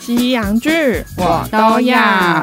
西洋剧我都要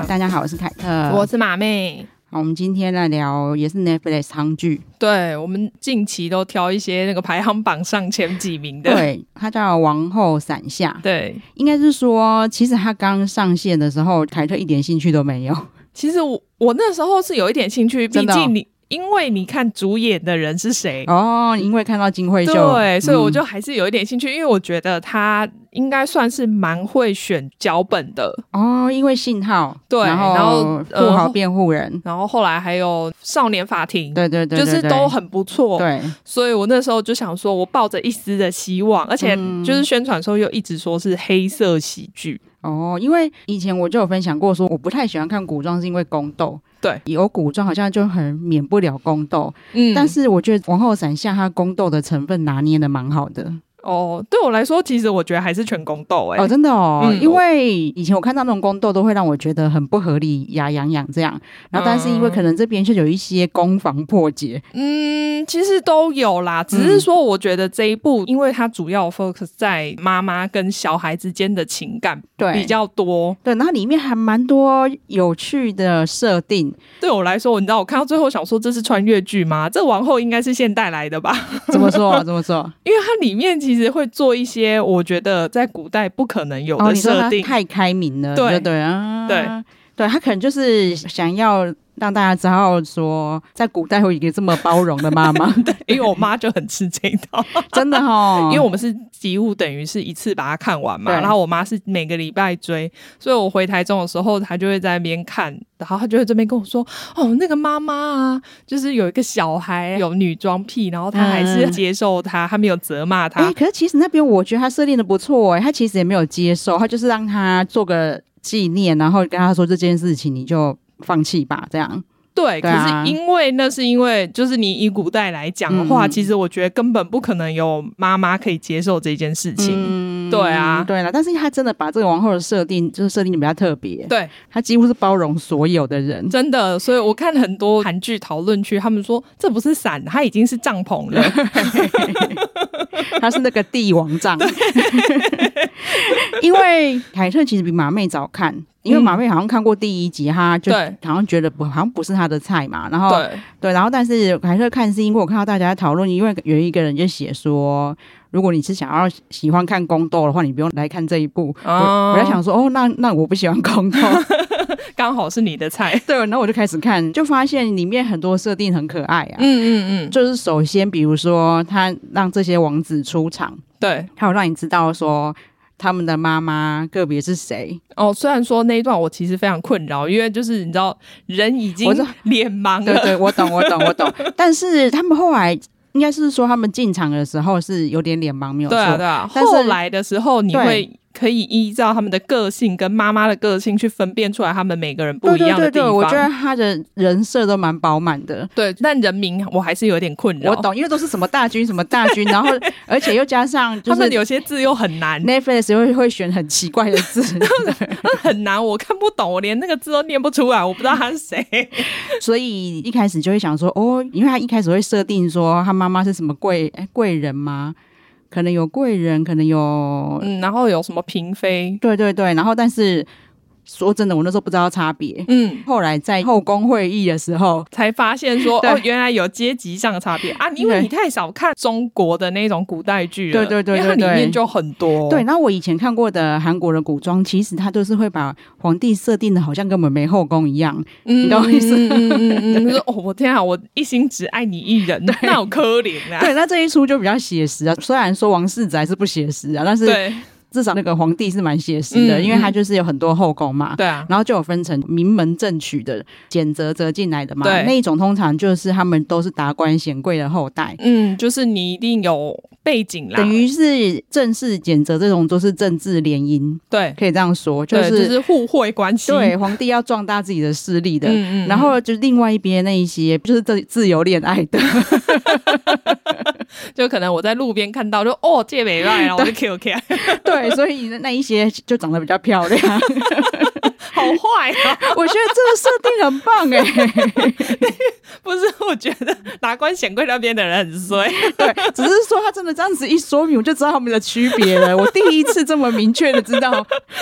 大家好，我是凯特。我是马妹。好，我们今天来聊也是 Netflix 韩剧，对我们近期都挑一些那个排行榜上前几名的，对，它叫《王后伞下》。对，应该是说，其实它刚上线的时候，凯特一点兴趣都没有。其实我我那时候是有一点兴趣，毕真的哦竟你、因为你看主演的人是谁，哦，因为看到金惠秀，对，所以嗯我就还是有一点兴趣，因为我觉得他应该算是蛮会选脚本的。哦，因为信号，对然然后富豪呃辩护人，然后后来还有少年法庭，对对对，就是对都很不错。对，所以我那时候就想说，我抱着一丝的希望，而且嗯就是宣传的时候又一直说是黑色喜剧，哦，因为以前我就有分享过，说我不太喜欢看古装，是因为宫斗。对，有古装好像就很免不了宫斗，嗯但是我觉得《王后伞下》它宫斗的成分拿捏的蛮好的哦，对我来说，其实我觉得还是全宫斗哎、哦，真的哦，嗯因为以前我看到那种宫斗都会让我觉得很不合理、牙痒痒这样，然后但是因为可能这边就有一些攻防破解，嗯，其实都有嗯啦，只是说我觉得这一部，因为它主要 focus 在妈妈跟小孩之间的情感对，比较多。对，然后里面还蛮多有趣的设定，对我来说，你知道，我看到最后想说，这是穿越剧吗？这王后应该是现代来的吧？ 怎么说？怎么说？因为它里面其实会做一些我觉得在古代不可能有哦，的你说设他定。太开明了，对对对啊，对对，他可能就是想要让大家知道说，在古代会有一个这么包容的妈 妈，因为我妈就很吃这一套， 真的哦哈，因为我们是几乎等于是一次把它看完嗯嘛，对然后我妈是每个礼拜追，所以我回台中的时候，她就会在那边看，然后她就会这边跟我说，哦，那个妈妈啊，就是有一个小孩有女装癖，然后她还是嗯接受她，她没有责骂哎、她。可是其实那边我觉得他设定的不错哎、他其实也没有接受，他就是让他做个纪念，然后跟他说这件事情你就放弃吧，这样对，可对啊是因为那是因为就是你以古代来讲的话，嗯其实我觉得根本不可能有妈妈可以接受这件事情。嗯对啊对了，但是他真的把这个王后的设定就是设定的比较特别，对，他几乎是包容所有的人，真的，所以我看很多韩剧讨论区，他们说这不是伞，它已经是帐篷了。他是那个帝王帐， 因为凯特其实比马妹早看，因为马妹好像看过第一集，她就嗯对好像觉得不好像不是她的菜嘛，然后对，对然后但是凯特看是因为我看到大家在讨论，因为有一个人就写说，如果你是想要喜欢看宫斗的话，你不用来看这一部。我哦我在想说，哦，那那我不喜欢宫斗， 刚好是你的菜。对，然后我就开始看，就发现里面很多设定很可爱啊。嗯嗯嗯，就是首先，比如说他让这些王子出场，对。还有让你知道说他们的妈妈个别是谁。哦，虽然说那一段我其实非常困扰，因为就是你知道人已经我知道脸盲对了，对，我懂，我懂，我 懂。但是他们后来应该是说他们进场的时候是有点脸盲，没有错。对啊对啊。但是后来的时候，你对会可以依照他们的个性跟妈妈的个性去分辨出来他们每个人不对一对样的对地对，方。我觉得他的人设都蛮饱满的。对，但人名我还是有点困扰。我，懂，因为都是什么大军什么大军，然 后而且又加上就他们是有些字又很 难， Netflix 会会选很奇怪的 字，很难，我看不懂，我连那个字都念不出来，我不知道他 是谁。所以一开始就会想说，哦，因为他一开始会设定说他妈妈是什么贵哎贵人吗？可能有贵人，可能有嗯，然后有什么嫔妃？对对对，然后但是说真的，我那时候不知道差别。嗯，后来在后宫会议的时候，才发现说对哦，原来有阶级上的差别啊！因为对你太少看中国的那种古代剧了，对对对因为它对对里面就很多。对，，那我以前看过的韩国的古装，其实他都是会把皇帝设定的好像根本没后宫一 样。嗯你懂我意思嗯嗯嗯嗯嗯，就说哦，我天啊，我一心只爱你一人，那有可怜啊！对，那这一出就比较写实啊。虽然说王世子还是不写实啊，但是对至少那个皇帝是蛮写实的，嗯因为他就是有很多后宫嘛。对啊，然后就有分成名门正娶的、拣择择进来的嘛对，那一种通常就是他们都是达官显贵的后代，嗯，就是你一定有背景啦，等于是正式检责这种都是政治联姻，对可以这样说，就对是就是互惠关系，对皇帝要壮大自己的势力的。嗯，嗯嗯，然后就另外一边那一些就是自自由恋爱 的，就可能我在路边看到，就哦，这美乱， 然后我就 Q Q，对，所以那一些就长得比较漂亮。 好坏啊！ 欸我觉得这个设定很棒哎、不是，我觉得达官显贵那边的人很衰。 对，只是说他真的这样子一说明，我就知道他们的区别 了。我第一次这么明确的知道，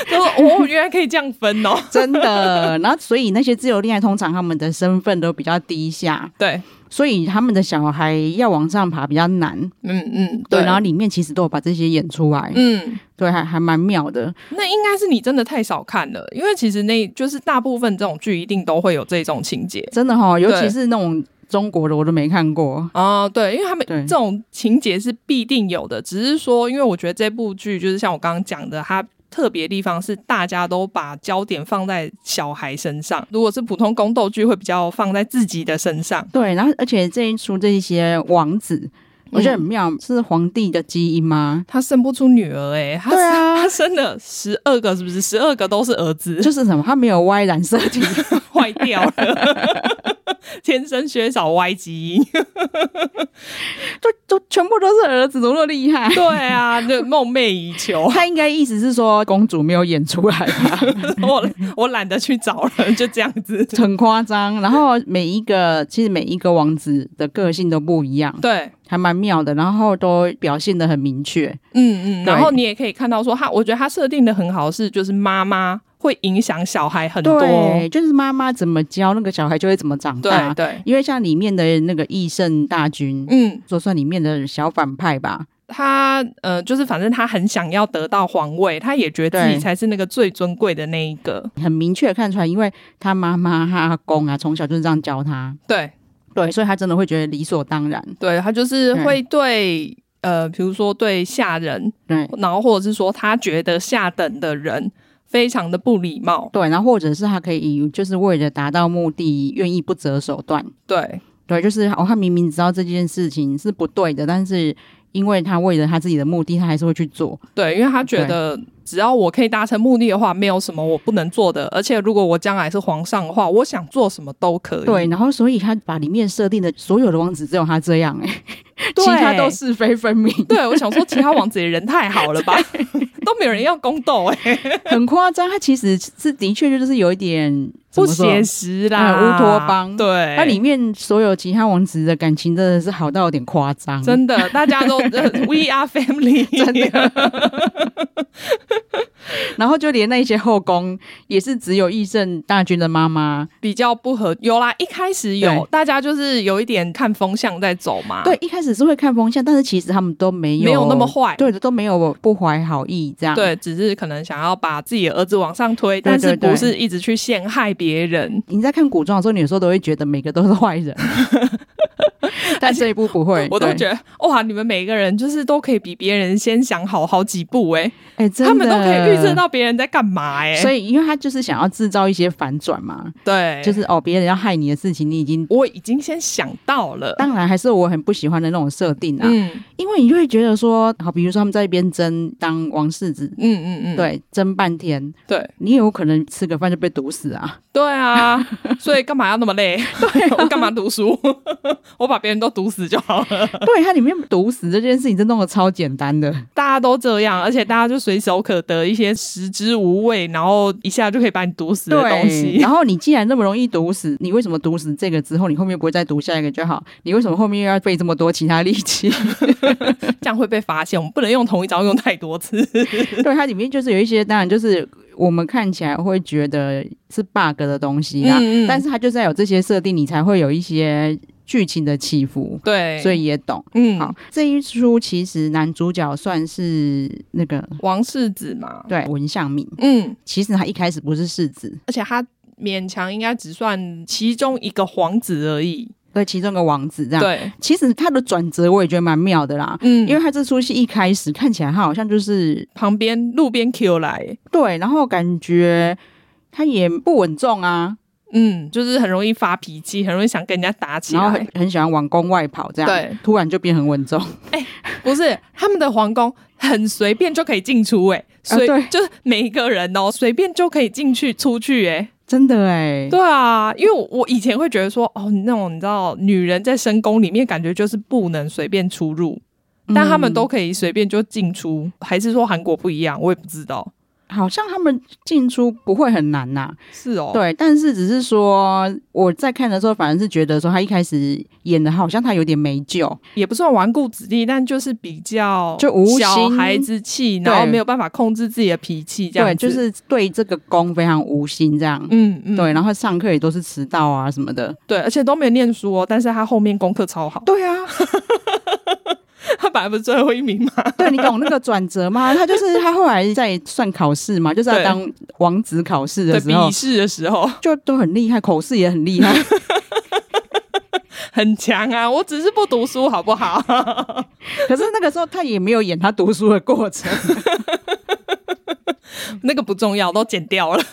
就说哦，原来可以这样分哦。真的。然后，所以那些自由恋爱通常他们的身份都比较低下，对，所以他们的小孩要往上爬比较难。嗯嗯，对，然后里面其实都有把这些演出来，嗯，对，还还蛮妙的。那应该是你真的太少看了，因为其实那就是大部分这种剧一定都会有这种情节。真的哈、尤对其是那种中国的我都没看过。哦，对，因为他们对这种情节是必定有的，只是说，因为我觉得这部剧就是像我刚刚讲的，它特别地方是大家都把焦点放在小孩身上，如果是普通宫斗剧，会比较放在自己的身上。对，然后而且这一出这些王子，嗯我觉得很妙，是皇帝的基因吗？他生不出女儿、欸，哎，他对啊他生了十二个，是不是？十二个都是儿 子，就是什么，他没有 Y 染色 体，坏掉了，天生缺少 Y 基因。 就就全部都是儿子，多么厉害！对啊，就梦寐以求。 他应该意思是说，公主没有演出来吧，我我懒得去找人，就这样子。很夸张。然后每一个，其实每一个王子的个性都不一样， 对，还蛮妙的。然后都表现的很明确，嗯嗯，对然后你也可以看到说他，我觉得他设定的很好，是就是妈妈会影响小孩很多，对，就是妈妈怎么教那个小孩就会怎么长大对。对，因为像里面的那个义胜大军，嗯，说算里面的小反派吧，他呃，就是反正他很想要得到皇位，他也觉得自己对才是那个最尊贵的那一个，很明确地看出来，因为他妈妈、他阿公啊，从小就是这样教他，对对，所以他真的会觉得理所当然，对，他就是对会对。呃，比如说对下人，对然后或者是说他觉得下等的人非常的不礼貌，对，然后或者是他可以就是为了达到目的，愿意不择手段，对对，就是哦，他明明知道这件事情是不对的，但是因为他为了他自己的目的，他还是会去做，对，因为他觉得只要我可以达成目的的话，没有什么我不能做的。而且如果我将来是皇上的话，我想做什么都可以。对，然后所以他把里面设定的所有的王子只有他这样、哎， 对其他都是非分明，对，我想说其他王子也人太好了吧，都没有人要宫斗哎、很夸张。他其实是的确就是有一点不怎么说写实嗯啦，乌托邦对，它里面所有其他王子的感情真的是好到有点夸张，真的大家都、呃 We are family， 真的。然后就连那些后宫也是只有义胜大军的妈妈，比较不合。有啦，一开始有对大家就是有一点看风向在走嘛，对，一开始是会看风向，但是其实他们都没有啊没有那么坏对的，都没有不怀好意这样。对，只是可能想要把自己的儿子往上推，对但是对对不是一直去陷害别人。你在看古装的时候，你有时候都会觉得每个都是坏 人，但这一部不会，我都对觉得哇，你们每个人就是都可以比别人先想好好几步哎、哎、真的他们都可以预测。到别人在干嘛哎、所以以，因为他就是想要制造一些反转嘛，对，就是哦，别人要害你的事情，你已经我已经先想到了，当然还是我很不喜欢的那种设定啊，嗯因为你就会觉得说，好，比如说他们在一边争当王世子，嗯嗯嗯，对，争半天，对你也有可能吃个饭就被毒死啊， 对啊，所以干嘛要那么累？对、 我干嘛读书？我把别人都毒死就好了。对，它里面毒死这件事情真弄得超简单的，大家都这样，而且大家就随手可得一些食之无味，然后一下就可以把你毒死的东西。然后你既然那么容易毒死，你为什么毒死这个之后，你后面不会再毒下一个就好？你为什么后面又要费这么多其他力 气？这样会被发现，我们不能用同一招用太多次。对，它里面就是有一些，当然就是我们看起来会觉得是 bug 的东西啦，嗯嗯但是它就是要有这些设定，你才会有一些剧情的起伏， 对，所以也懂。嗯，好，这一出其实男主角算是那个王世子嘛，对文相明，嗯，其实他一开始不是世子，而且他勉强应该只算其中一个皇子而已。对，其中一个王子这样。对，其实他的转折我也觉得蛮妙的啦。嗯，因因为为他这出戏一开始看起来，他好像就是旁边路边 Q 来，对，然后感觉他也不稳重啊，嗯，就是很容易发脾气，很容易想跟人家打起然后很来。很喜欢往宫外跑，这样对，突然就变很稳重。不是他们的皇宫很随便就可以进出、欸，哎，随、对就是每一个人哦，随便就可以进去出去、欸，哎。真的哎、对啊，因为我我以前会觉得说，哦，那种你知道，女人在深宫里面感觉就是不能随便出嗯入，但他们都可以随便就进出，还是说韩国不一样，我也不知道。好像他们进出不会很难呐、是哦，，对，但是只是说我在看的时候，反而是觉得说他一开始演的好像他有点没救，也不算纨绔子弟，但就是比较就无心小孩子气，然后对没有办法控制自己的脾气，这样对，子就是对这个功非常无心这样，嗯嗯，对，然后上课也都是迟到啊什么的，对，而且都没有念书哦，但是他后面功课超好， 对啊，他本来不是最后一名嘛，对你懂那个转折吗？他就是他后来在算考试嘛，就是要对当王子考试在的时候笔，试的时候就都很厉害，口试也很厉 害，很强啊，我只是不读书好不好？ 可是那个时候他也没有演他读书的过 程，那个不重要，都剪掉了。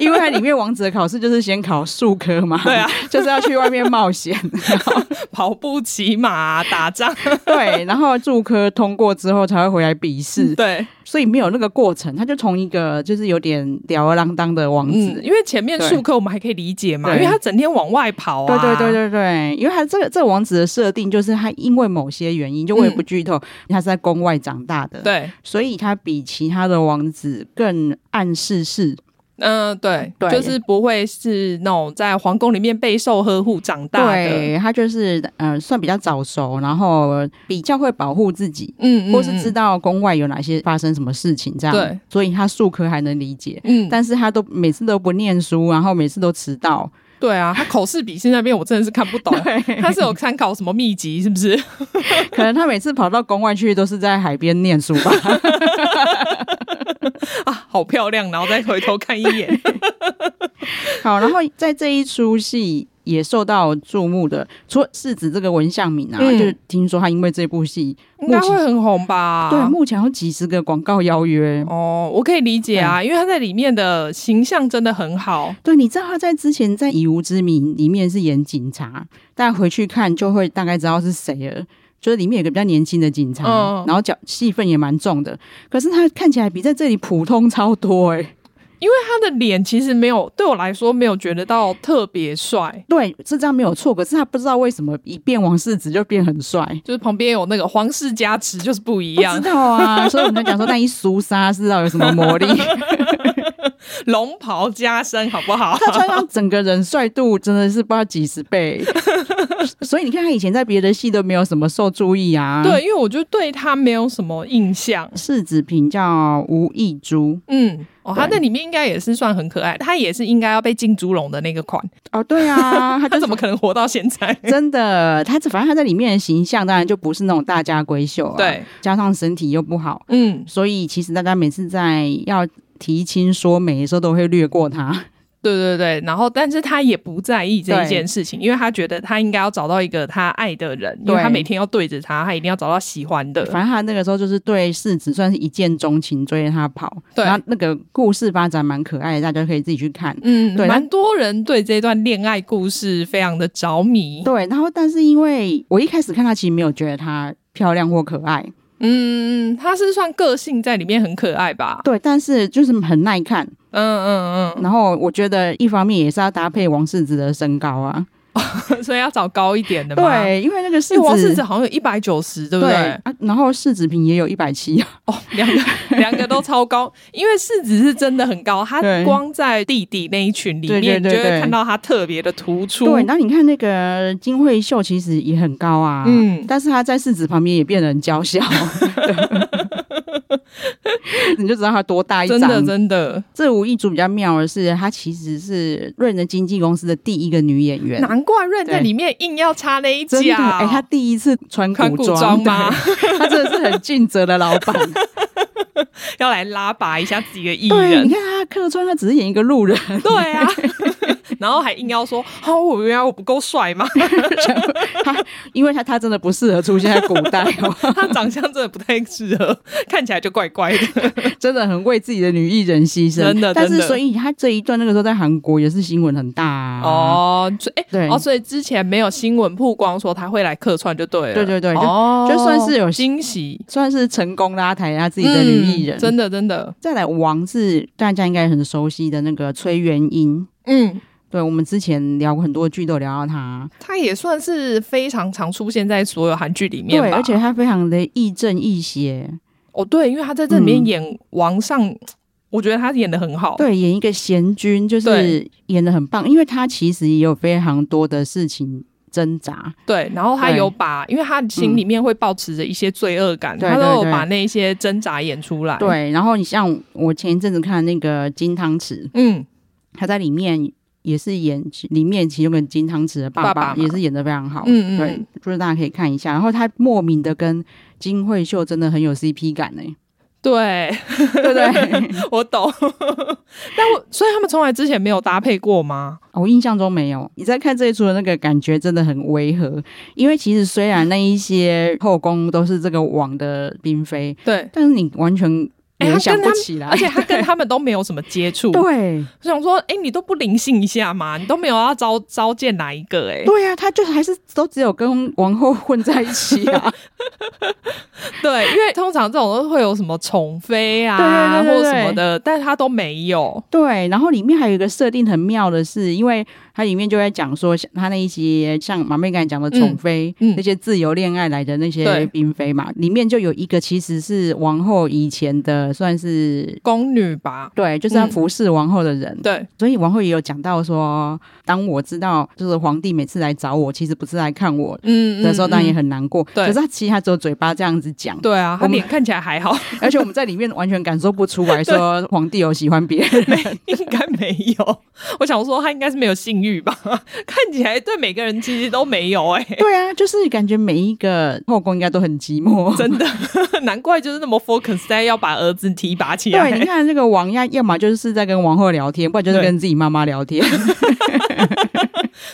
因为它里面王子的考试就是先考数科嘛，对啊， 就是要去外面冒险，然后跑步、骑马、打 仗， 对，然后数科通过之后才会回来笔试，对，所以没有那个过程，他就从一个就是有点吊儿郎当的王嗯子，。因为前面对数科我们还可以理解嘛，因对为他整天往外跑对啊，对对对对，因为他这个这个王子的设定就是他因为某些原因，就我也不剧透，他是在宫外长大的，对，所以他比其他的王子更暗示是，嗯、对，对就是不会是那种在皇宫里面备受呵护长大的，对他就是呃算比较早熟，然后比较会保护自己，嗯，嗯或是知，道宫外有哪些发生什么事情这样。对，所以他数科还能理解，嗯，嗯但是他都每次都不念书，然后每次都迟到。对啊，他口试笔试那边我真的是看不懂， 他是有参考什么秘籍是不是？ 可能他每次跑到宫外去都是在海边念书吧。 啊，好漂亮，然后再回头看一眼，好，然后在这一出戏。也受到注目的，除了世子这个文相明啊，嗯就是听说他因为这部戏， 应该会很红吧？对目前有几十个广告邀约。哦，我可以理解啊，因为他在里面的形象真的很好，对，你知道他在之前在《以无之名》里面是演警察，大家回去看就会大概知道是谁了。就是里面有个比较年轻的警察，嗯然后角戏份也蛮重的，可是他看起来比在这里普通超多哎、他的脸其实没有对我来说没有觉得到特别帅，对，是这样没有错，可是他不知道为什么一变王世子就变很帅。就是旁边有那个皇室加持，就是不一不样知。道 啊，所以我们才讲说那一苏纱是道有什么魔力，龙袍加身，好不好？他穿上整个人帅度真的是不知道几十倍，所以你看他以前在别的戏都没有什么受注意啊。对，因为我就对他没有什么印象。世子品叫吴亦珠嗯，哦，对他在里面应该也是算很可爱，他也是应该要被金猪笼的那个 款，哦，对啊， 他他就怎么可能活到现在？真的，他反正他在里面的形象当然就不是那种大家闺秀、啊，，对，加上身体又不好，嗯，所以其实大家每次在要提亲说媒的时候都会略过他，对对对，然后但是他也不在意这一对件事情，因为他觉得他应该要找到一个他爱的人，因为对他每天要对着他，他一定要找到喜欢的。反正他那个时候就是对世子算是一见钟情，追着他跑，对然后那个故事发展蛮可爱的，大家可以自己去看。嗯，对蛮他多人对这段恋爱故事非常的着迷。对，然后但是因为我一开始看他，其实没有觉得她漂亮或可爱，嗯，他是算个性在里面很可爱吧？对，但是就是很耐看，嗯嗯然后我觉得一方面也是要搭配王世子的身高啊，嗯， 所以要找高一点的嘛。，对，因为那个世因为王世子子好像有一百九十，对不对对？啊，然后世子平也有一百七，啊哦，两 个两个都超高，因为世子是真的很高，他对光在弟弟那一群里面，对对对你就会对看到他特别的突出。对，然后你看那个金惠秀其实也很高啊，嗯但是她在世子旁边也变得很娇 小， 你就知道她多大一真张。的真的，这吴亦竹比较妙的是，她其实是瑞能经纪公司的第一个女演员。难怪润在对里面硬要插那一脚真的，。哎、她第一次穿穿古古装吗？对她真的是很尽责的老板。要来拉拔一下自己的艺对，人你，看她客串，她只是演一个路人， 对啊， 然后还硬要说，哦，我原来我不够帅吗？ 因为她她真的不适合出现在古代哦， 他长相真的不太适合，看起来就怪 怪的。真的很为自己的女艺人牺牲。真的但真是的所以她这一段那个时候在韩国也是新闻很大、啊、。哦，所以哎、对哦，所以之前没有新闻曝光说他会来客串就对了，对对对就哦，就算是有惊喜算是成功拉抬她自己的女艺人。嗯真的真的，再来王是大家应该很熟悉的那个崔元英，嗯，对我们之前聊过很多剧都聊到她，他也算是非常常出现在所有韩剧里面对，吧，而且她非常的亦正亦邪，哦对，因为他在这里面嗯演王上。我觉得他演的很好。对，演一个贤君就是对演的很棒，因为他其实也有非常多的事情挣扎，对，然后他对有把，因为他心里面会保持着一些罪恶感，对他对都有对把那些挣扎演出来。，对。然后你像我前一阵子看那个金汤匙，嗯，他在里面也是演里面其中一个金汤匙的爸爸爸嘛也是演的非常好，嗯嗯对，就是大家可以看一下。然后他莫名的跟金惠秀真的很有 CP 感呢、对，对不 对？我懂。 但我所以他们从来之前没有搭配过吗？哦我印象中没有。你在看这一出的那个感觉真的很违和，因为其实虽然那一些后宫都是这个王的嫔妃，对，但是你完全哎他联想跟不他们起来，而且他跟他们都没有什么接触。 对我想说，哎、你都不灵性一下吗？你都没有要招招见哪一个、哎，对啊，他就还是都只有跟王后混在一起 啊，对，因为通常这种都会有什么宠妃啊，对对对对或者什么的，但他都没有。对，然后里面还有一个设定很妙的是，因为它里面就在讲说，像他那一些像马妹刚才讲的宠妃、嗯嗯那些自由恋爱来的那些对嫔妃嘛，里面就有一个其实是王后以前的，算是宫女吧，对，就是要服侍王后的人。对所以王后也有讲到说，当我知道就是皇帝每次来找我，其实不是来看我嗯的时候，当然也很很难过。对可是他其实他只有嘴巴这样子讲，对啊，我他们脸看起来还好，而且我们在里面完全感受不出来说皇帝有喜欢别 人。应该没有。我想说他应该是没有性欲吧， 看起来对每个人其实都没有、哎，对啊，就是感觉每一个后宫应该都很寂寞。 真的， 难怪就是那么 focus 在要把儿子提拔起来对，。你看这个王要要么就是在跟王后聊天，不然就是对跟自己妈妈聊 天。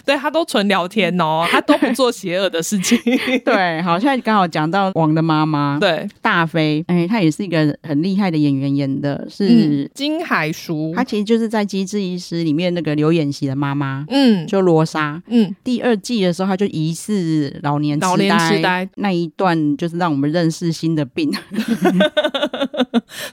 对他都纯聊天哦，他都不做邪恶的 事情。对，好，现在刚好讲到王的妈妈对，大妃，哎，她也是一个很厉害的演员，演的是、嗯，金海淑她，其实就是在《机智医师》里面那个刘演熙的妈妈，嗯就罗莎。嗯，第二季的时候，她就疑似老年老年痴呆那一段，就是让我们认识新的病。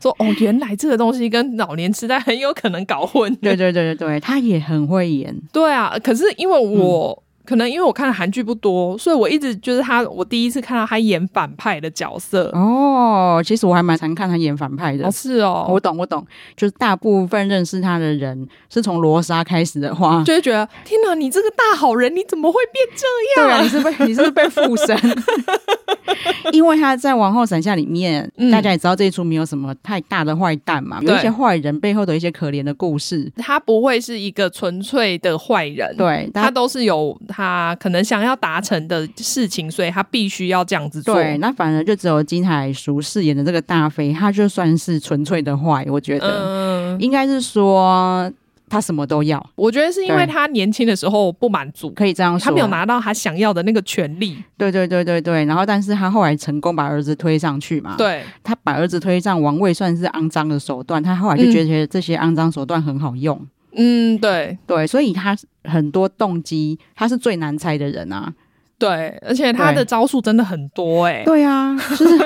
说哦，原来这个东西跟老年痴呆很有可能搞混。 对对对对对，她也很会 演。对啊，可是因为我、嗯可能因为我看的韩剧不多，所以我一直就是他，我第一次看到他演反派的角色。哦，其实我还蛮常看他演反派的。哦，是哦，嗯我懂，我懂，就是大部分认识他的人是从罗莎开始的 话，就会觉得天哪，你这个大好人，你怎么会变这对样？啊，你是被 你是不是被附身，因为他在《王后伞下》里面，嗯大家也知道这一出没有什么太大的坏蛋嘛，有一对些坏人背后的一些可怜的故事，他不会是一个纯粹的坏人，，对，他他都是有他可能想要达成的事情，所以他必须要这样子做。对，那反而就只有金海淑饰演的这个大飞，他就算是纯粹的坏，我觉得、嗯，应该是说他什么都要，我觉得是因为对他年轻的时候不满足，可以这样说，他没有拿到他想要的那个权利。对对对对对，然后但是他后来成功把儿子推上去嘛，，对，他把儿子推上王位算是肮脏的手段，他后来就觉得这些肮脏手段很好用，嗯，对，对，所以他很多动机他是最难猜的人啊，对，而且他对的招数真的很多哎、对啊，就是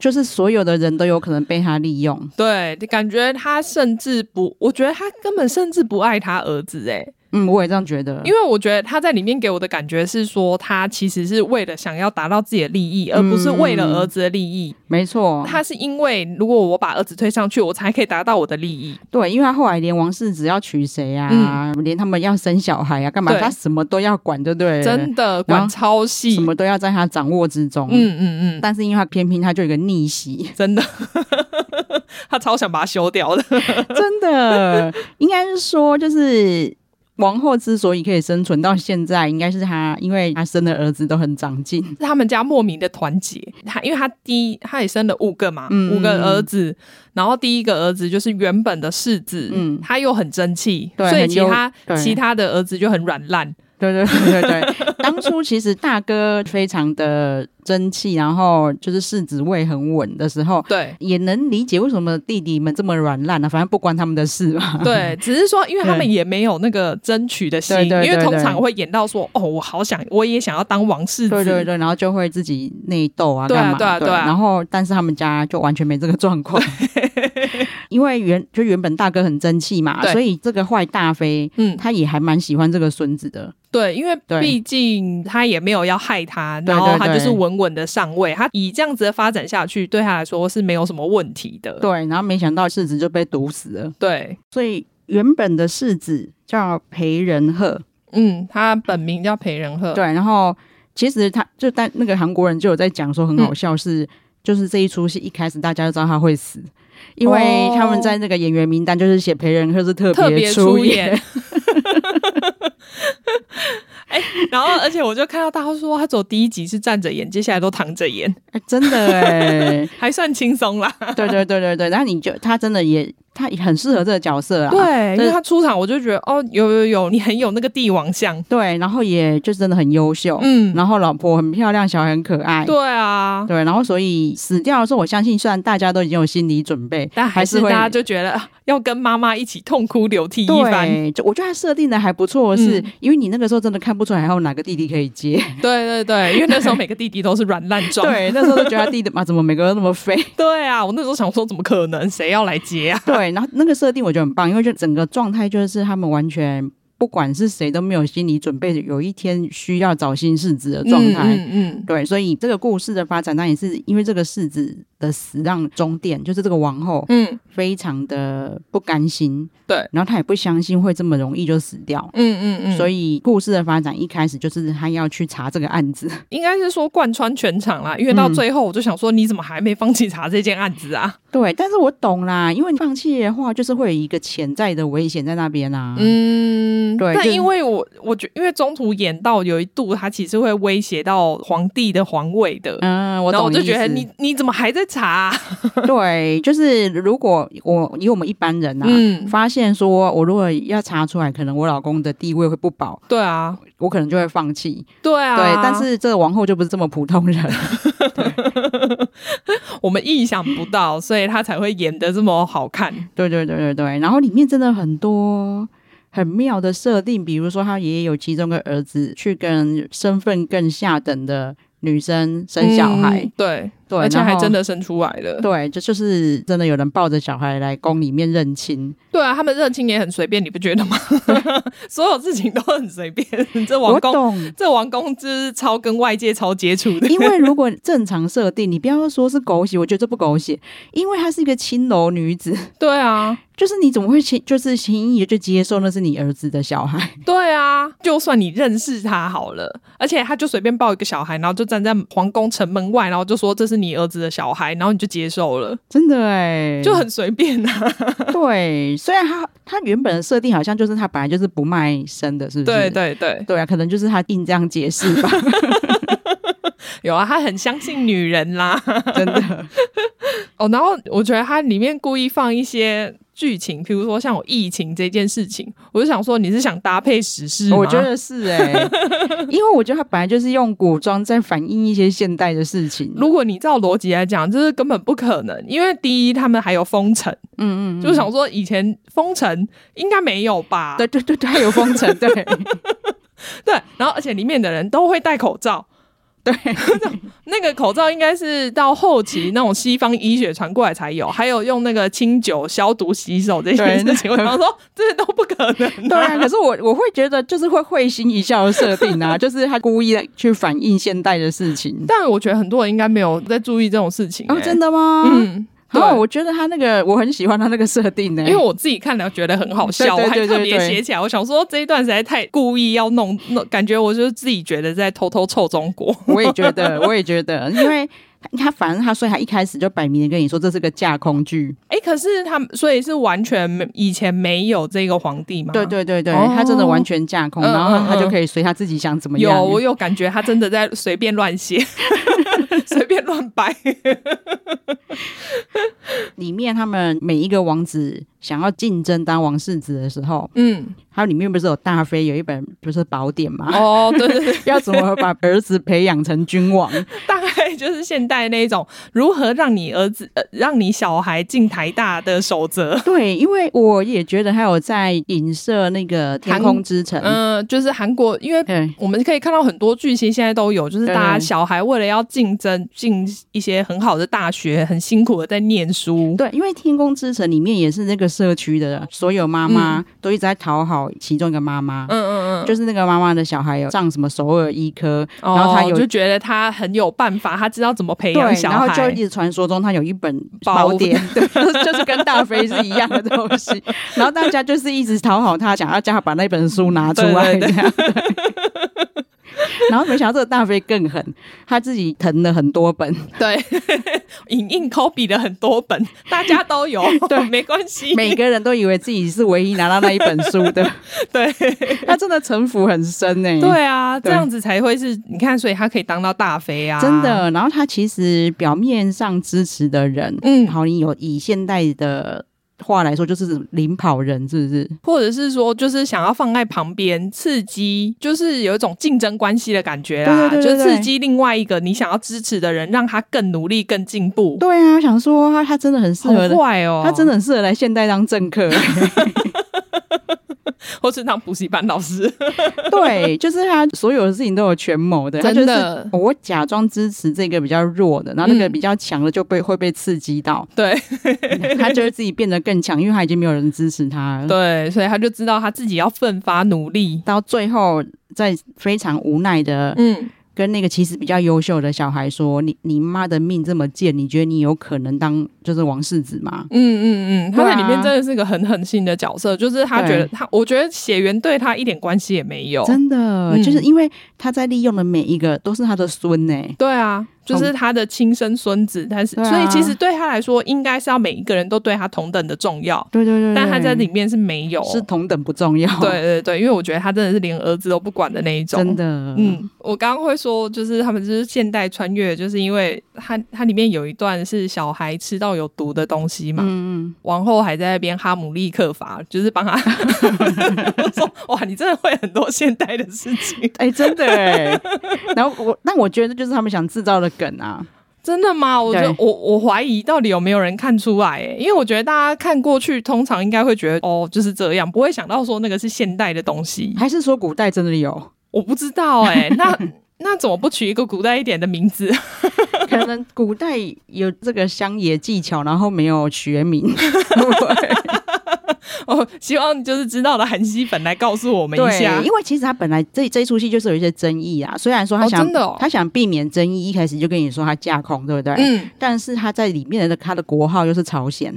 就是所有的人都有可能被他利用，对，你感觉他甚至不，我觉得他根本甚至不爱他儿子哎、嗯，我也这样觉得，因为我觉得他在里面给我的感觉是说，他其实是为了想要达到自己的利益，而不是为了儿子的利益。没错，他是因为如果我把儿子推上去，我才可以达到我的利益。对，因为他后来连王世子要娶谁啊，连他们要生小孩啊，干嘛嗯对他什么都要管，对不对了？真的然后管超细什，么都要在他掌握之中，嗯嗯嗯，但是因为他偏偏他就有一个逆袭。 真的，他超想把他休掉的。真的， 应该是说，就是王后之所以可以生存到现在，应该是她，因为她生的儿子都很长进。他们家莫名的团结。他因为他第一，他也生了五个嘛，嗯五个儿子，然后第一个儿子就是原本的世子，嗯他又很争气，对所以很其优他对其他的儿子就很软烂，对对对对对，当初其实大哥非常的争气，然后就是世子位很稳的时候，对。也能理解为什么弟弟们这么软烂啊，反正不关他们的事嘛。 对，只是说，因为他们对也没有那个争取的心，对对对因为通对常会演到说，哦，我好想，我也想要当王世子，对对对，然后就会自己内斗啊，对啊干嘛？对啊对啊然后，但是他们家就完全没这个状况。因为原就原本大哥很争气嘛，对所以这个坏大飞嗯，他也还蛮喜欢这个孙子的。对，因为对毕竟他也没有要害他，对然后对他对就是稳稳的上位，他以这样子的发展下去，对他来说是没有什么问题的。对，然后没想到世子就被毒死了，对，所以原本的世子叫裴仁赫，嗯，他本名叫裴仁赫，对，然后其实他就但那个韩国人就有在讲说很好笑是，嗯就是这一出戏一开始大家就知道他会死，因为哦他们在那个演员名单就是写裴仁赫是特特别别出出演。 哎、然后而且我就看到大家说，他走第一集是站着演，接下来都躺着演，，哎真的哎 还算轻松啦。对对对对对，然后你就他真的也他也很适合这个角色啊，对，因这为他出场我就觉得，哦，有有有，你很有那个帝王相。对，然后也就真的很优秀，嗯，然后老婆很漂亮，小孩很可爱，对啊，对，然后所以死掉的时候，我相信虽然大家都已经有心理准备，但还是会大家就觉得啊要跟妈妈一起痛哭流涕一番。对，就我觉得他设定的还不错的是，嗯因为你那个时候真的看不出来还有哪个弟弟可以接， 对对对，因为那时候每个弟弟都是软烂状。对，那时候都觉得他弟弟 嘛，怎么每个都那么废？ 对啊，我那时候想说，怎么可能？谁要来接 啊？对，然后那个设定我觉得很棒，因为就整个状态就是他们完全不管是谁都没有心理准备，有一天需要找新世子的状态。嗯嗯对，所以这个故事的发展，那也是因为这个世子的死让终点，就是这个王后嗯嗯非常的不甘心，对，然后她也不相信会这么容易就死掉，嗯嗯嗯，所以以故事的发展一开始就是她要去查这个案子， 应该是说贯穿全场啦。因为到最后，我就想说，你怎么还没放弃查这件案子啊？对，但是我懂啦，因为你放弃的话，就是会有一个潜在的危险在那边啊。嗯，对但就因为我我觉，因为中途演到有一度，他其实会威胁到皇帝的皇位的。嗯，我然懂后我就意思觉得你你怎么还在查啊、 对，就是如果我以我们一般人啊，嗯，发现说我如果要查出来，可能我老公的地位会不保，对啊，我可能就会放弃。对啊，对，但是这个王后就不是这么普通人， 我们意想不到，所以他才会演的这么好看。对对对对对。然后里面真的很多很妙的设定，比如说他爷爷有其中一个儿子去跟身份更下等的女生生小孩，嗯对，对，而且还然后真的生出来了。对，这就是真的有人抱着小孩来宫里面认亲。对啊，他们认亲也很随便，你不觉 得吗？所有事情都很随便。这王我公，懂，这王公就是超跟外界超接触 的。因为如果正常设定，你不要说是狗血，我觉得这不狗血，因为她是一个青楼女子， 对啊，就是你怎么会轻，就是轻易的就接受那是你儿子的小孩？ 对啊，就算你认识他好了，而且他就随便抱一个小孩，然后就站在皇宫城门外，然后就说这是你儿子的小孩，然后你就接受了，真的哎，就很随便啊。对。虽然她她原本的设定好像就是她本来就是不卖身的，是不是？对对对，对啊，可能就是她硬这样解释 吧，有啊，他很相信女人啦。 真的。哦，然后我觉得它里面故意放一些剧情，比如说像有疫情这件事情，我就想说你是想搭配时事吗？我觉得是哎、 因为我觉得她本来就是用古装在反映一些现代的事情。如果你照逻辑来讲，这是根本不可能，因为第一他们还有封城，嗯嗯嗯，就想说以前封城应该没有吧？对对对对，还有封城，对对，然后而且里面的人都会戴口罩。对， 那个口罩应该是到后期那种西方医学传过来才有，还有用那个清酒消毒洗手这对件事情，我想 说这都不可能、对啊。 可是我我会觉得就是会会心一笑的设定啊， 就是他故意来去反映现代的事情。但我觉得很多人应该没有在注意这种事情、哦，欸真的吗？嗯，对，哦，我觉得他那个我很喜欢他那个设定呢、因为我自己看了觉得很好笑，对对我还对对特别写起来。我想说这一段实在太故意要弄，弄感觉我就自己觉得在偷偷臭中 国。我也觉得，我也觉得，因为他他反正他所以他一开始就摆明的跟你说这是个架空剧，哎、可是他们所以是完全没以前没有这个皇帝吗？对。对对对，哦他真的完全架空，嗯嗯然后他嗯嗯就可以随他自己想怎么样。有，我有感觉他真的在随便 乱写，随便乱掰。里面他们每一个王子想要竞争当王世子的时候，嗯，它里面不是有大飞有一本不是宝典吗？ 哦，对对对，要怎么把儿子培养成君王？大概对，就是现代那一种如何让你儿子、呃、让你小孩进台大的守则。 对，因为我也觉得还有在影射那个《天空之城》嗯嗯、就是韩国，因为对，我们可以看到很多剧情现在都有，就是大家对啊小孩为了要竞争进一些很好的大学，很辛苦的在念书。对，因为《天空之城》里面也是那个社区的所有妈妈都一直在讨好其中一个妈妈，嗯嗯嗯嗯，就是那个妈妈的小孩有上什么首尔医科，哦然后他有就觉得他很有办法，他知道怎么培 对养，小然后就孩一。直传说中他有一 本宝宝典， 对，就是跟大飞是一样的东 西，然后大家就是一直讨好他，想要叫他把那本书拿出来对对对这样。 对然后没想到这个大飞更狠，他自己腾了很多 本，对，影印 copy 的很多本，大家 都有，对，没关系。每个人都以为自己是唯一拿到那一本书 的，对他真的城府很深欸呢、对啊，这嗯对样子才会是，你看，所以他可以当到大飞啊，真。的。然后他其实表面上支持的人，嗯好，你有以现代的话来说，就是领跑人，是不是？或者是说，就是想要放在旁边刺激，就是有一种竞争关系的感觉啦，对对对对就刺激另外一个你想要支持的人，让他更努力、更进步。对啊，想说他他真的很适好合的，坏哦，他真的很适合来现代当政 客。或是当补习班老师，对，就是他所有的事情都有权谋的，他就真是的哦我假装支持这个比较弱的，然后那个嗯比较强的就被、会被刺激到， 对他就会自己变得更强，因为他已经没有人支持他了。对，所以他就知道他自己要奋发努力。到最后，在非常无奈的嗯，跟那个其实比较优秀的小孩说：“你你妈的命这么贱，你觉得你有可能当就是王世子吗？”嗯嗯嗯，他在里对面啊真的是个很狠心的角色，就是他觉得他，我觉得血缘对他一点关系也没有。真的，嗯就是因为他在利用的每一个都是他的孙欸呢、对啊，就是他的亲生孙子，但是、对啊所以其实对他来说，应该是要每一个人都对他同等的重要，对对对对但他在里面是没有。是同等不重要，对，对对，因为我觉得他真的是连儿子都不管的那一种。 真的，嗯，嗯，我刚刚会说，就是他们就是现代穿越，就是因为它它里面有一段是小孩吃到有毒的东西嘛，嗯王后还在那边哈姆立克法，就 是帮他我说哇，你真的会很多现代的事 情，哎、真的哎、 然后我，但我觉得就是他们想制造的梗啊，真的吗？我觉得对我我怀疑到底有没有人看出来、欸，因为我觉得大家看过去，通常应该会觉得哦就是这样，不会想到说那个是现代的东西，还是说古代真的有？我不知道哎、那。 那怎么不取一个古代一点的名字？可能古代有这个乡野技巧，然后没有学名， 对 哦，希望就是知道的韩熙本来告诉我们一下对，因为其实他本来这这一出戏就是有一些争议啊，虽然说他哦想、真的哦他想避免争议，一开始就跟你说他架空，对不对？嗯，但是他在里面的他的国号又是朝鲜，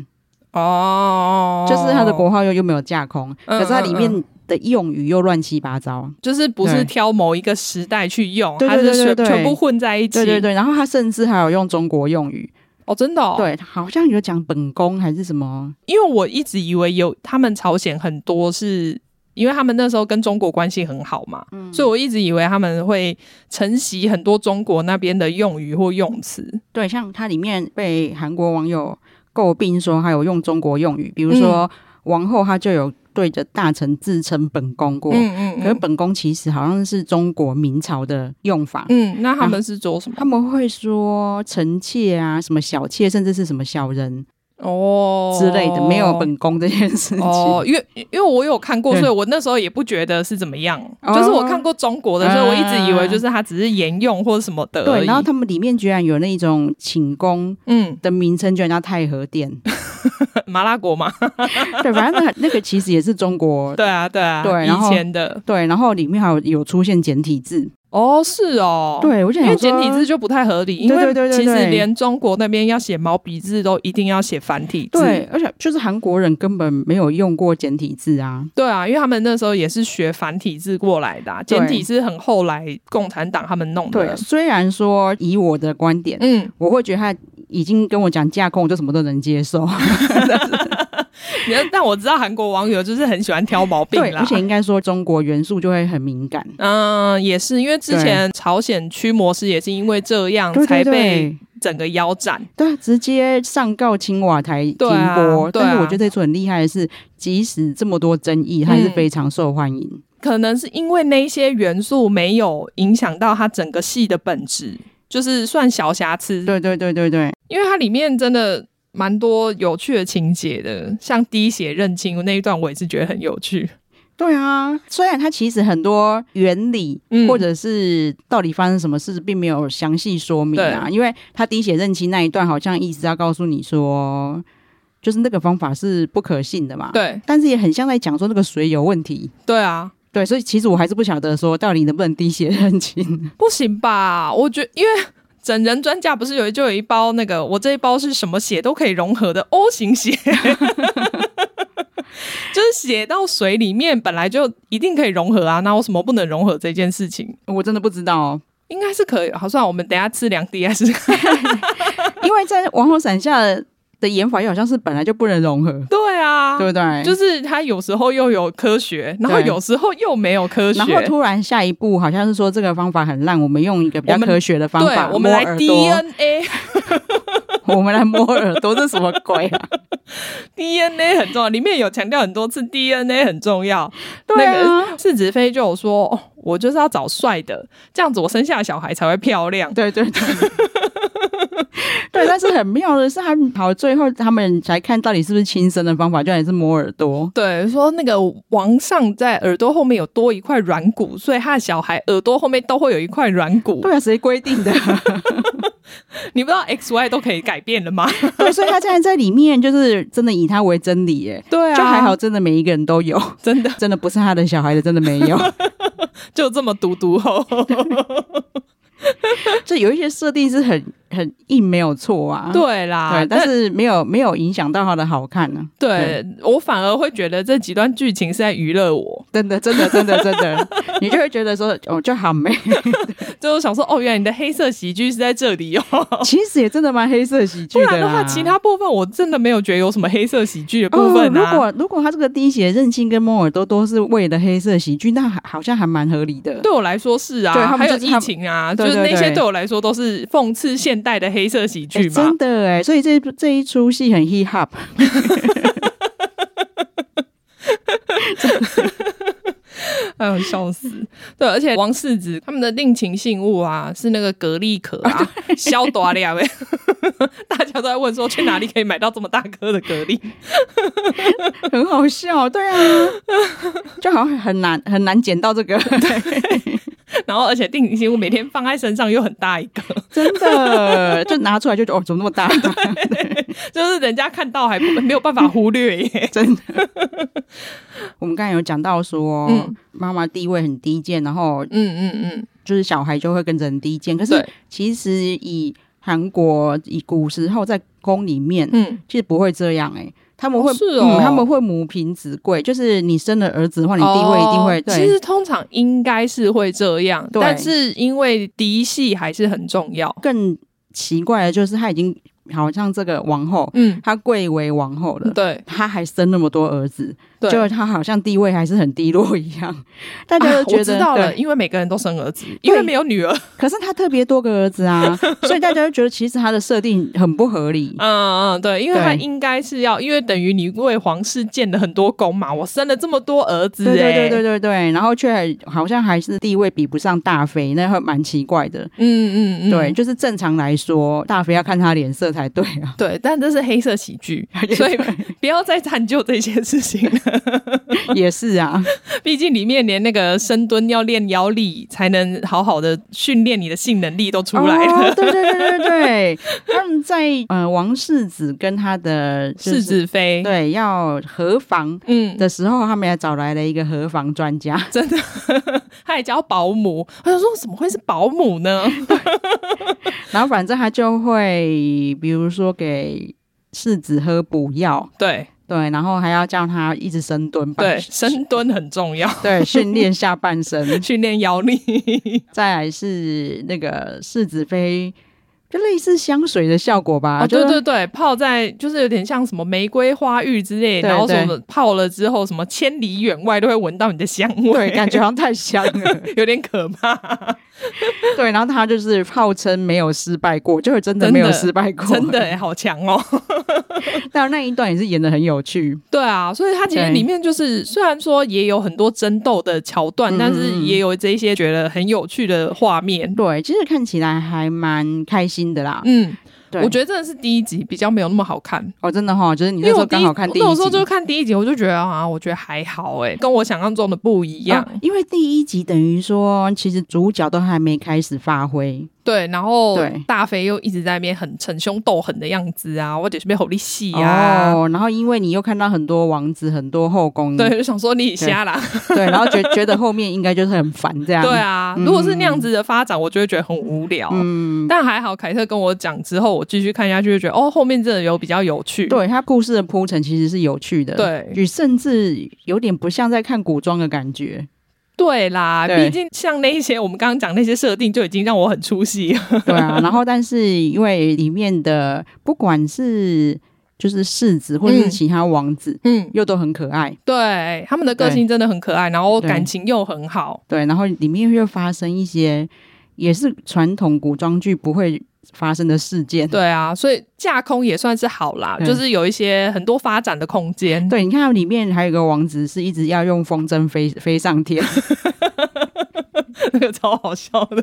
哦，就是他的国号又又没有架空，嗯可是它里面的用语又乱七八糟。就是不是对挑某一个时代去用，对它对是对对全对全部混在一起。对对对，然后他甚至还有用中国用语，哦，真的、哦，，对，好像有讲本宫还是什么，因为我一直以为有他们朝鲜很多是。因为他们那时候跟中国关系很好嘛，所以我一直以为他们会承袭很多中国那边的用语或用词。对，像它里面被韩国网友诟病说还有用中国用语，比如说、王后她就有对着大臣自称本宫过，嗯可是本宫其实好像是中国明朝的用法。嗯，那他们是做什么？他们会说臣妾啊，什么小妾，甚至是什么小人哦之类的，没有本宫这件 事情。哦，因为因为我有看过，对所以我那时候也不觉得是怎么样。哦就是我看过中国的，所以我一直以为啊就是他只是沿用或者什么的而已。对，然后他们里面居然有那一种寝宫嗯， 的名称，居然叫太和殿。麻辣锅嘛， 对，反正那那个其实也是中国。对啊，对啊，对然以后前的对，然后里面还有有出现简体字。哦，是哦，，对，我就因想为说简体字。就不太合理，因对为对对对其实对连中国那边要写毛笔字都一定要写繁体字，对，而且就是韩国人根本没有用过简体字啊。对啊，因为他们那时候也是学繁体字过来的、啊，对简体是很后来共产党他们弄对，的，虽然说以我的观点，嗯，我会觉得他已经跟我讲架空，我就什么都能接受。然后但我知道韩国网友就是很喜欢挑毛病对，啦而。且应该说中国元素就会很敏感。嗯，也是因为之前朝鲜驱魔师也是因为这样对嗯才对被对，整个腰斩。对啊，直接上告青瓦台停对啊播。对啊但是我觉得这出很厉害的是，即使这么多争议，还是嗯非常受欢迎。可能是因为那一些元素没有影响到它整个戏的本质，就是算小瑕疵，对对对对对，因为它里面真的蛮多有趣的情节的，像滴血认亲那一段，我也是觉得很有趣。对啊，虽然它其实很多原理、嗯或者是到底发生什么事，并没有详细说明啊，因为他滴血认亲那一段好像意思要告诉你说，就是那个方法是不可信的嘛。，对但是也很像在讲说那个水有问题。对啊，对，所以其实我还是不晓得说到底能不能滴血认亲。不行吧？我觉因为。整人专家不是有一就有一包那个，我这一包是什么血都可以融合的 O 型血， 就是血到水里面本来就一定可以融合啊，那为什么不能融合这件事情？ 我真的不知道、哦，应该是可以。好，算了我们等一下吃两滴还是 因为在王后伞下的演法又好像是本来就不能融合，对啊，对不对？就是它有时候又有科学，然后对有时候又没有科学，然后突然下一步好像是说这个方法很烂，我们用一个比较我们科学的方对法，，我们摸来耳朵， DNA 我们来摸耳朵，这是什么鬼 啊？ DNA 很重要，里面有强调很多次 DNA 很重要。对那啊个，世子妃就有说、哦，我就是要找帅的，这样子我生下的小孩才会漂亮。对对对。 对，但是很妙的是，他们好最后他们才看到底是不是亲生的方法，居然是摸耳朵。对，说那个王上在耳朵后面有多一块软骨，所以他的小孩耳朵后面都会有一块软骨。对啊，谁规定 的？你不知道 X Y 都可以改变了吗？对，所以他竟然在里面就是真的以他为真理耶。对啊，就还好，，真的每一个人都有，真的真的不是他的小孩的，真的没 有。就这么哦嘟嘟吼。就有一些设定是很很硬，没有错啊。对啦，对，但是没有没有影响到它的好看啊呢、对我反而会觉得这几段剧情是在娱乐我，真的，真的，真的，真 的，你就会觉得说，哦，就好美。就是想说，哦，原来你的黑色喜剧是在这里哦。其实也真的蛮黑色喜不剧然的的啦。话，其他部分我真的没有觉得有什么黑色喜剧的部部分、分哦啊。如果如果他这个滴血认亲跟摩尔多都是为了黑色喜剧，那还好像还蛮合理的。对我来说是啊，对他们还有就是他疫们情啊，对就是对那些对对我来说都是讽刺现代的黑色喜诶剧嘛。真的哎，所以这这一出戏很 hip hop， 哎呦，笑死！对，而且王世子他们的定情信物啊，是那个蛤蜊壳啊，削短了呗。 大家都在问说，去哪里可以买到这么大颗的蛤蜊？ 很好笑，对啊，就好像很难很难捡到这个，然后，而且定情信物每天放在身上又很大一个， 真的就拿出来就觉得哦，怎么那么大？ 就是人家看到还不没有办法忽略耶。真的。我们刚才有讲到说嗯，妈妈地位很低贱，然后嗯嗯嗯，就是小孩就会跟着很低贱。可是对，其实以韩国以古时候在宫里面，嗯，其实不会这样哎、他们会、哦是哦嗯，他们会母凭子贵，就是你生了儿子的话，你地位一定会、哦对其实通常应该是会这样，对但是因为嫡系还是很重要。更奇怪的就是，他已经好像这个王后，嗯，她贵为王后了，对她还生那么多儿子，对。就她好像地位还是很低落一样。 大家啊都觉我得、知道了，对，因为每个人都生儿子，因为没有女儿，可是她特别多个儿子啊，所以大家就觉得其实她的设定很不合理。嗯嗯，对，因为对他应该是要，因为等于你为皇室建了很多宫嘛，我生了这么多儿子、对对哎对对，对对，然后却好像还是地位比不上大妃，那很蛮奇怪的。嗯嗯嗯，对，就是正常来说，大肥要看他脸色才对 啊。对，但这是黑色喜 剧，所以不要再探究这些事情了。也是啊，毕竟里面连那个深蹲要练腰力，才能好好的训练你的性能力都 出来了。哦对对对对对，他们在呃王世子跟他的、就是、世子妃，对要合房嗯，的时候，他们也找来了一个合房专家， 她也叫保姆。我想说，怎么会是保姆 呢？然后反正他就会比如说给世子喝补药，对对，然后还要叫他一直深蹲吧，对，深蹲很重要， 对训练下半身。训练腰力。再来是那个世子妃就类似香水的效果吧。哦，就对是对对，泡在就是有点像什么玫瑰花浴之类，对然后什对么泡了之后，什么千里远外都会闻到你的香 味，对，感觉好像太香了。 有点可怕，对，然后他就是号称没有失败过，就是真的真的没有失败过。真的耶好强哦。但那一段也是演的很有趣。 对啊，所以它其实对里面就是虽然说也有很多争斗的桥段，嗯但是也有这一些觉得很有趣的画面。对，其实看起来还蛮开心的啦。嗯，对，我觉得真的是第一集比较没有那么好看，哦，真的哈、就是你因那为时我候第刚一好看第一那集，我说就看第一集，我就觉得啊，我觉得还好哎、跟我想象中的不一样。哦因为第一集等于说，其实主角都还没开始发挥。对，然后对大飞又一直在那边很逞凶斗狠的样子啊，我者是被吼力戏啊。哦，然后因为你又看到很多王子、很多后宫，对，就想说你瞎啦， 对，然后觉觉得后面应该就是很烦这样。对，啊。如果是那样子的发展，我就会觉得很无聊。嗯，但还好，凯特跟我讲之后，我继续看下去就觉得，哦，后面真的有比较有趣。对，他故事的铺陈其实是有趣的，对与甚至有点不像在看古装的感觉。对啦，对毕竟像那一些我们刚刚讲那些设定，就已经让我很出戏了。对啊，然后但是因为里面的不管是就是世子或者是嗯其他王子，嗯，又都很可爱。对，他们的个性真的很可爱，然后对感情又很好。对，然后里面又发生一些也是传统古装剧不会发生的事件。对啊，所以架空也算是好啦，对就是有一些很多发展的空间。对，你看里面还有一个王子是一直要用风筝飞飞上天， 那个 超好笑的。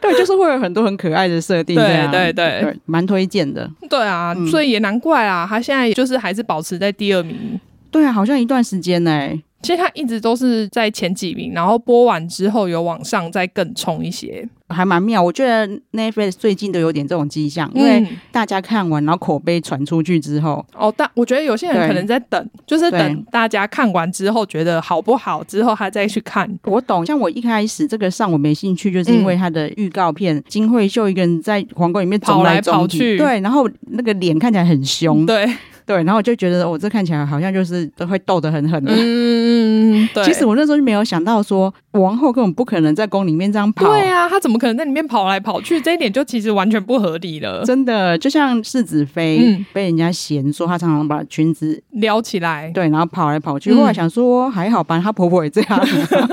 对，就是会有很多很可爱的设定这对样，对对对，蛮推荐的。对啊，嗯所以也难怪啊，他现在就是还是保持在第二名。对啊，好像一段时间呢、其实他一直都是在前几名，然后播完之后有往上再更冲一些。还蛮妙。我觉得 Netflix 最近都有点这种迹象，因为嗯大家看完然后口碑传出去之后，哦，但我觉得有些人对可能在等，就是对等大家看完之后觉得好不好，之后他再去看。我懂。像我一开始这个上我没兴趣，就是因为它的预告片，金惠秀一个人在皇宫里面走走跑来跑去，去嗯对，然后那个脸看起来很凶，对，对，然后我就觉得我、哦这看起来好像就是都会斗得很狠的。嗯，对。其实我那时候就没有想到说，王后根本不可能在宫里面这样跑。对啊，他怎么可能在里面跑来跑去？这一点就其实完全不合理了。真的，就像世子妃、嗯被人家嫌说她常常把裙子撩起来，对，然后跑来跑去。嗯后来想说还好吧，她婆婆也这样。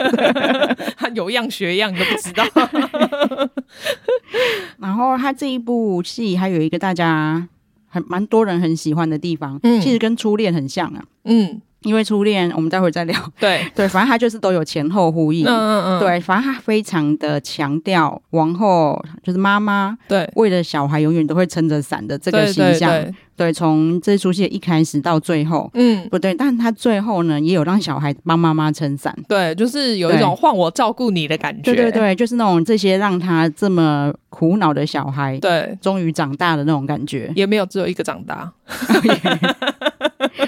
他有样学样，你都不知 道。 然后她这一部戏还有一个大家很蛮多人很喜欢的地方，嗯其实跟初恋很像啊。嗯，因为初恋我们待会再聊。 对，对，反正她就是都有前后呼应。嗯嗯嗯，对，反正她非常的强调王后就是妈妈对，为了小孩永远都会撑着伞的这这个形象。对对对，从这出戏一开始到最后，嗯。不对，但她最后呢也有让小孩帮妈妈撑伞。对，就是有一对种换我照顾你的感觉。对对对，就是那种这些让他这么苦恼的小孩，对，，终于长大的那种感觉也没有只有一个长大。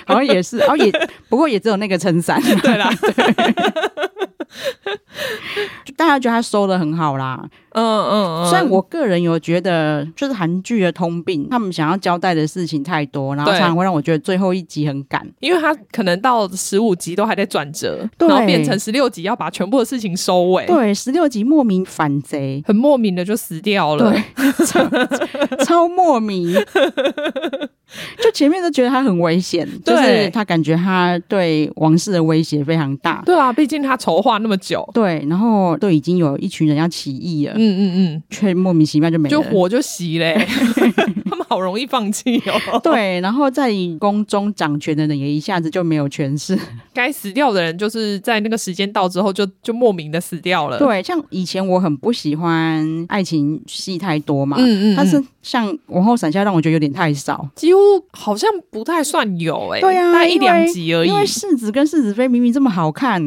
好像也是，哦也不过也只有那个撑伞， 对啦，就大家觉得他收的很好啦。 嗯嗯嗯。虽然我个人有觉得，就是韩剧的通病，他们想要交代的事情太多，然后对常常会让我觉得最后一集很赶。因为他可能到十五集都还在转折，对然后变成十六集要把全部的事情收尾，对，十六集莫名反贼，很莫名的就死掉了。对，超超莫名。就前面都觉得他很危险，就是对他感觉他对王室的威胁非常大。对啊，毕竟他筹划那么久，对，然后都已经有一群人要起义了，嗯嗯却莫名其妙就没嗯，了。就火就熄嘞、 他们好容易放弃哦。对，然后在宫中掌权的人也一下子就没有权 势。该死掉的人就是在那个时间到之后就就莫名的死掉了。，对，像以前我很不喜欢爱情戏太多嘛，嗯嗯，但是嗯像王后闪下让我觉得有点太少，几乎好像不太算有哎、对啊大概一因为两集而已因。为世子跟世子妃明明这么好 看，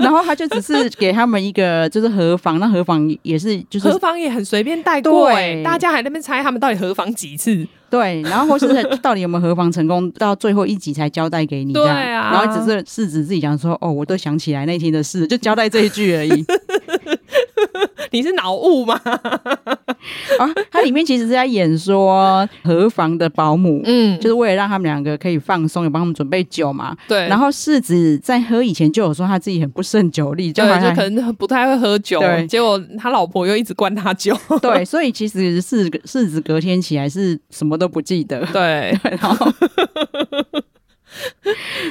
然后他就只是给他们一个就是合房，那合房也是就是何妨也很随便带过哎、对大家还在那边猜他们到底何妨几次？ 对，然后或是到底有没有合房成功，到最后一集才交代给你这样，对啊然后只是世子自己讲说，哦，我都想起来那天的事，就交代这一句而已。你是脑雾吗？ 啊，它里面其实是在演说何房的保姆，嗯，就是为了让他们两个可以放松，也帮他们准备酒嘛。 对，然后世子在喝以前就有说他自己很不胜酒力，就对，好像就可能不太会喝酒对，结果他老婆又一直灌他 酒，对，所以其实世子世子隔天起来是什么都不记得，对， 然 后。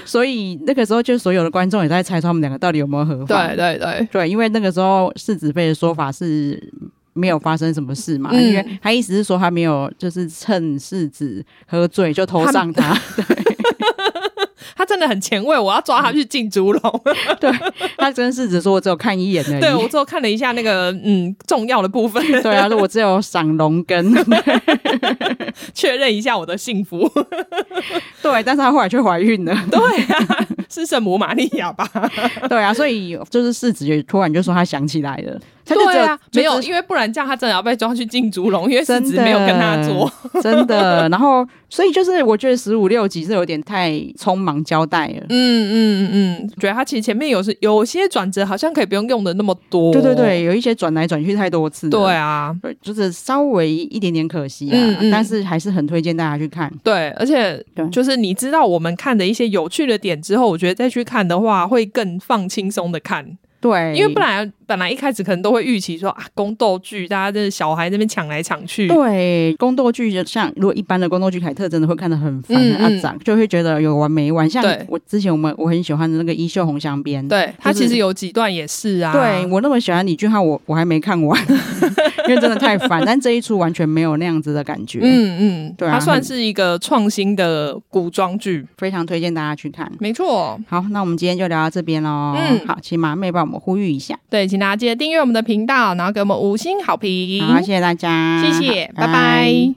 所以那个时候，就所有的观众也在猜他们两个到底有没有合法。对对对，对，因为那个时候世子妃的说法是没有发生什么事嘛，嗯因为他意思是说他没有就是趁世子喝醉就头上他，他真的很前卫，我要抓他去进猪 笼。 他跟世子说我只有看一眼而已。对我之后看了一下那个嗯重要的部分， 对啊，我只有赏龙根。确认一下我的幸福。对，但是她后来却怀孕了。对啊， 是圣母玛利亚吧？对啊，所以就是世子也突然就说他想起来了，他就只对有、啊，就没有，只因为不然这样他真的要被抓 去进猪笼，因为世真子的没有跟他做。 真的。然后，所以就是我觉得十五六集是有点太匆忙交代了。嗯嗯嗯，觉得他其实前面有是有些转折，好像可以不用用的那么多。对对对，有一些转来转去太多次了。对啊，对，就是稍微一点点可惜啊，嗯嗯但是还是很推荐大家去看。对，而且对就是你知道我们看的一些有趣的点之后，我觉得再去看的话，会更放轻松的看，对，因为不然本来一开始可能都会预期说啊，宫斗剧大家这小孩这边抢来抢去，对宫斗剧，就像如果一般的宫斗剧，凯特真的会看得很烦、嗯很阿嗯长，就会觉得有完没完。像对我之前我们我很喜欢的那个《衣袖红香边》，对，他就是其实有几段也是啊，对我那么喜欢李俊浩，我我还没看完， 因为真的太烦。但这一出完全没有那样子的感觉，嗯嗯，对啊它算很是一个创新的古装剧，非常推荐大家去看。没错。好，那我们今天就聊到这边喽。嗯好，请马妹帮我们呼吁一下。对，请大家记得订阅我们的频道，然后给我们五星好评，好，谢谢大家，嗯谢谢，拜拜